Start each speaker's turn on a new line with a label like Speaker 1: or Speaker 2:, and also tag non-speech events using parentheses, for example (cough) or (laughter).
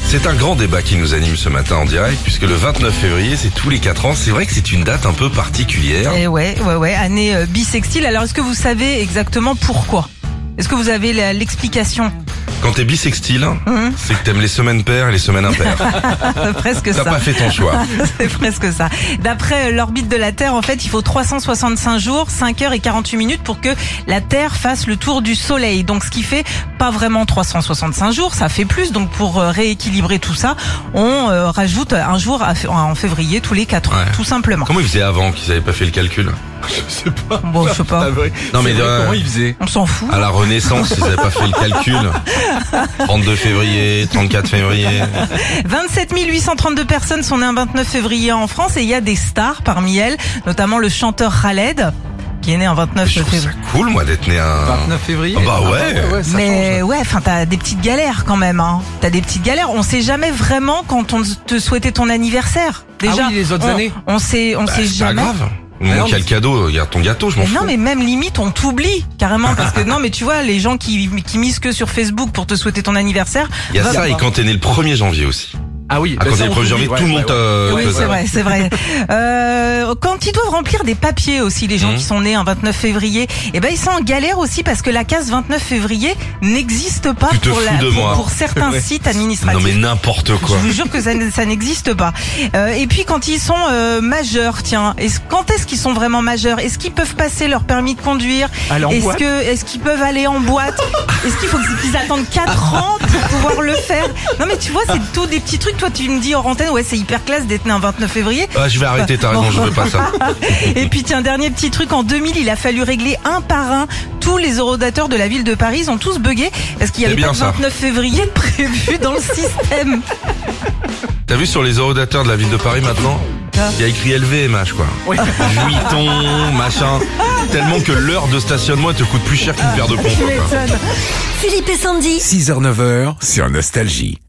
Speaker 1: C'est un grand débat qui nous anime ce matin en direct, puisque le 29 février, c'est tous les 4 ans. C'est vrai que c'est une date un peu particulière.
Speaker 2: Et Eh ouais, ouais, ouais, année euh, bisextile. Alors, est-ce que vous savez exactement pourquoi Est-ce que vous avez la- l'explication (laughs)
Speaker 1: Quand t'es bisextile, c'est que t'aimes les semaines paires et les semaines impaires.
Speaker 2: Presque
Speaker 1: T'as
Speaker 2: ça.
Speaker 1: pas fait ton choix.
Speaker 2: (laughs) C'est presque ça. D'après euh, l'orbite de la Terre, en fait, il faut 365 jours, 5 heures et 48 minutes pour que la Terre fasse le tour du Soleil. Donc, ce qui fait pas vraiment 365 jours, ça fait plus. Donc, pour euh, rééquilibrer tout ça, on euh, rajoute un jour à f- en février tous les 4 ans,
Speaker 1: Ouais.
Speaker 2: tout simplement.
Speaker 1: Comment ils faisaient avant qu'ils avaient pas fait le calcul
Speaker 3: Je sais pas.
Speaker 1: (laughs)
Speaker 2: Bon, je sais pas.
Speaker 3: Ah, vrai.
Speaker 1: Non, mais
Speaker 3: C'est vrai,
Speaker 1: euh,
Speaker 3: comment il faisait
Speaker 2: On s'en fout.
Speaker 1: À la Renaissance, ils avaient pas fait le calcul. (laughs) 32 février, 34 février.
Speaker 2: 27 832 personnes sont nées un 29 février en France et il y a des stars parmi elles, notamment le chanteur Khaled qui est né un 29
Speaker 1: Je trouve
Speaker 2: février.
Speaker 1: ça cool, moi, d'être né un...
Speaker 3: 29 février.
Speaker 1: Ah bah ouais.
Speaker 3: ça change.
Speaker 2: Mais
Speaker 1: hein.
Speaker 2: ouais, enfin t'as des petites galères quand même. Hein. T'as des petites galères. On sait jamais vraiment quand on te souhaitait ton anniversaire.
Speaker 1: Ah
Speaker 2: Déjà,
Speaker 3: oui, les autres
Speaker 2: on,
Speaker 3: années.
Speaker 2: On sait, on
Speaker 1: Bah,
Speaker 2: sait
Speaker 1: c'est pas
Speaker 2: jamais.
Speaker 1: grave. Au
Speaker 3: Mais
Speaker 1: moment
Speaker 3: non,
Speaker 1: qu'il y a le cadeau, regarde ton gâteau, je m'en
Speaker 2: Mais
Speaker 1: fous.
Speaker 2: non, mais même limite, on t'oublie carrément parce que non, mais tu vois, les gens qui, qui misent que sur Facebook pour te souhaiter ton anniversaire.
Speaker 1: Il y a
Speaker 2: va-
Speaker 1: ça, et quand t'es né le 1er janvier aussi.
Speaker 3: Ah oui.
Speaker 1: À
Speaker 3: bah
Speaker 1: quand
Speaker 3: ça,
Speaker 1: t'es le
Speaker 3: on
Speaker 1: 1er janvier,
Speaker 3: s'oublie,
Speaker 1: tout le
Speaker 3: ouais,
Speaker 1: monde
Speaker 3: ouais,
Speaker 1: euh,
Speaker 2: Oui,
Speaker 1: faisait.
Speaker 2: c'est vrai, c'est vrai. (laughs) Euh, quand ils doivent remplir des papiers aussi, les gens
Speaker 1: Mhm.
Speaker 2: qui sont nés un 29 février, eh ben ils sont en galère aussi parce que la case 29 février n'existe pas
Speaker 1: Tu te
Speaker 2: pour,
Speaker 1: fous
Speaker 2: la,
Speaker 1: de
Speaker 2: pour,
Speaker 1: moi. (laughs)
Speaker 2: pour certains
Speaker 3: Ouais.
Speaker 2: sites
Speaker 1: Non
Speaker 2: administratifs.
Speaker 1: mais n'importe quoi.
Speaker 2: Je vous jure que ça, n- ça n'existe pas. Euh, et puis quand ils sont euh, majeurs, tiens, est-ce, quand est-ce qu'ils sont vraiment majeurs Est-ce qu'ils peuvent passer leur permis de conduire
Speaker 3: Aller en
Speaker 2: Est-ce
Speaker 3: boîte
Speaker 2: que est-ce qu'ils peuvent aller
Speaker 1: (laughs)
Speaker 2: en boîte Est-ce qu'il faut qu'ils attendent 4 ans pour pouvoir le faire Non mais tu vois, c'est tout des petits trucs. Toi, tu me dis hors antenne, ouais, c'est hyper classe d'être né un 29 février.
Speaker 1: Ah, je vais arrêter, t'as raison, je veux pas ça.
Speaker 2: Et puis tiens, dernier petit truc, en 2000, il a fallu régler un par un. Tous les eurodateurs de la ville de Paris ils ont tous bugué parce qu'il y
Speaker 1: C'est
Speaker 2: avait
Speaker 1: bien
Speaker 2: pas de
Speaker 1: ça.
Speaker 2: 29 février (laughs) de prévu dans le système.
Speaker 1: T'as vu sur les horodateurs de la ville de Paris maintenant Il y a écrit LVMH quoi.
Speaker 3: Oui.
Speaker 1: Vuitton, machin. Tellement que l'heure de stationnement elle te coûte plus cher qu'une paire de pompes.
Speaker 2: Tu
Speaker 1: quoi.
Speaker 2: m'étonnes.
Speaker 4: Philippe et Sandy.
Speaker 5: 6h-9h sur Nostalgie.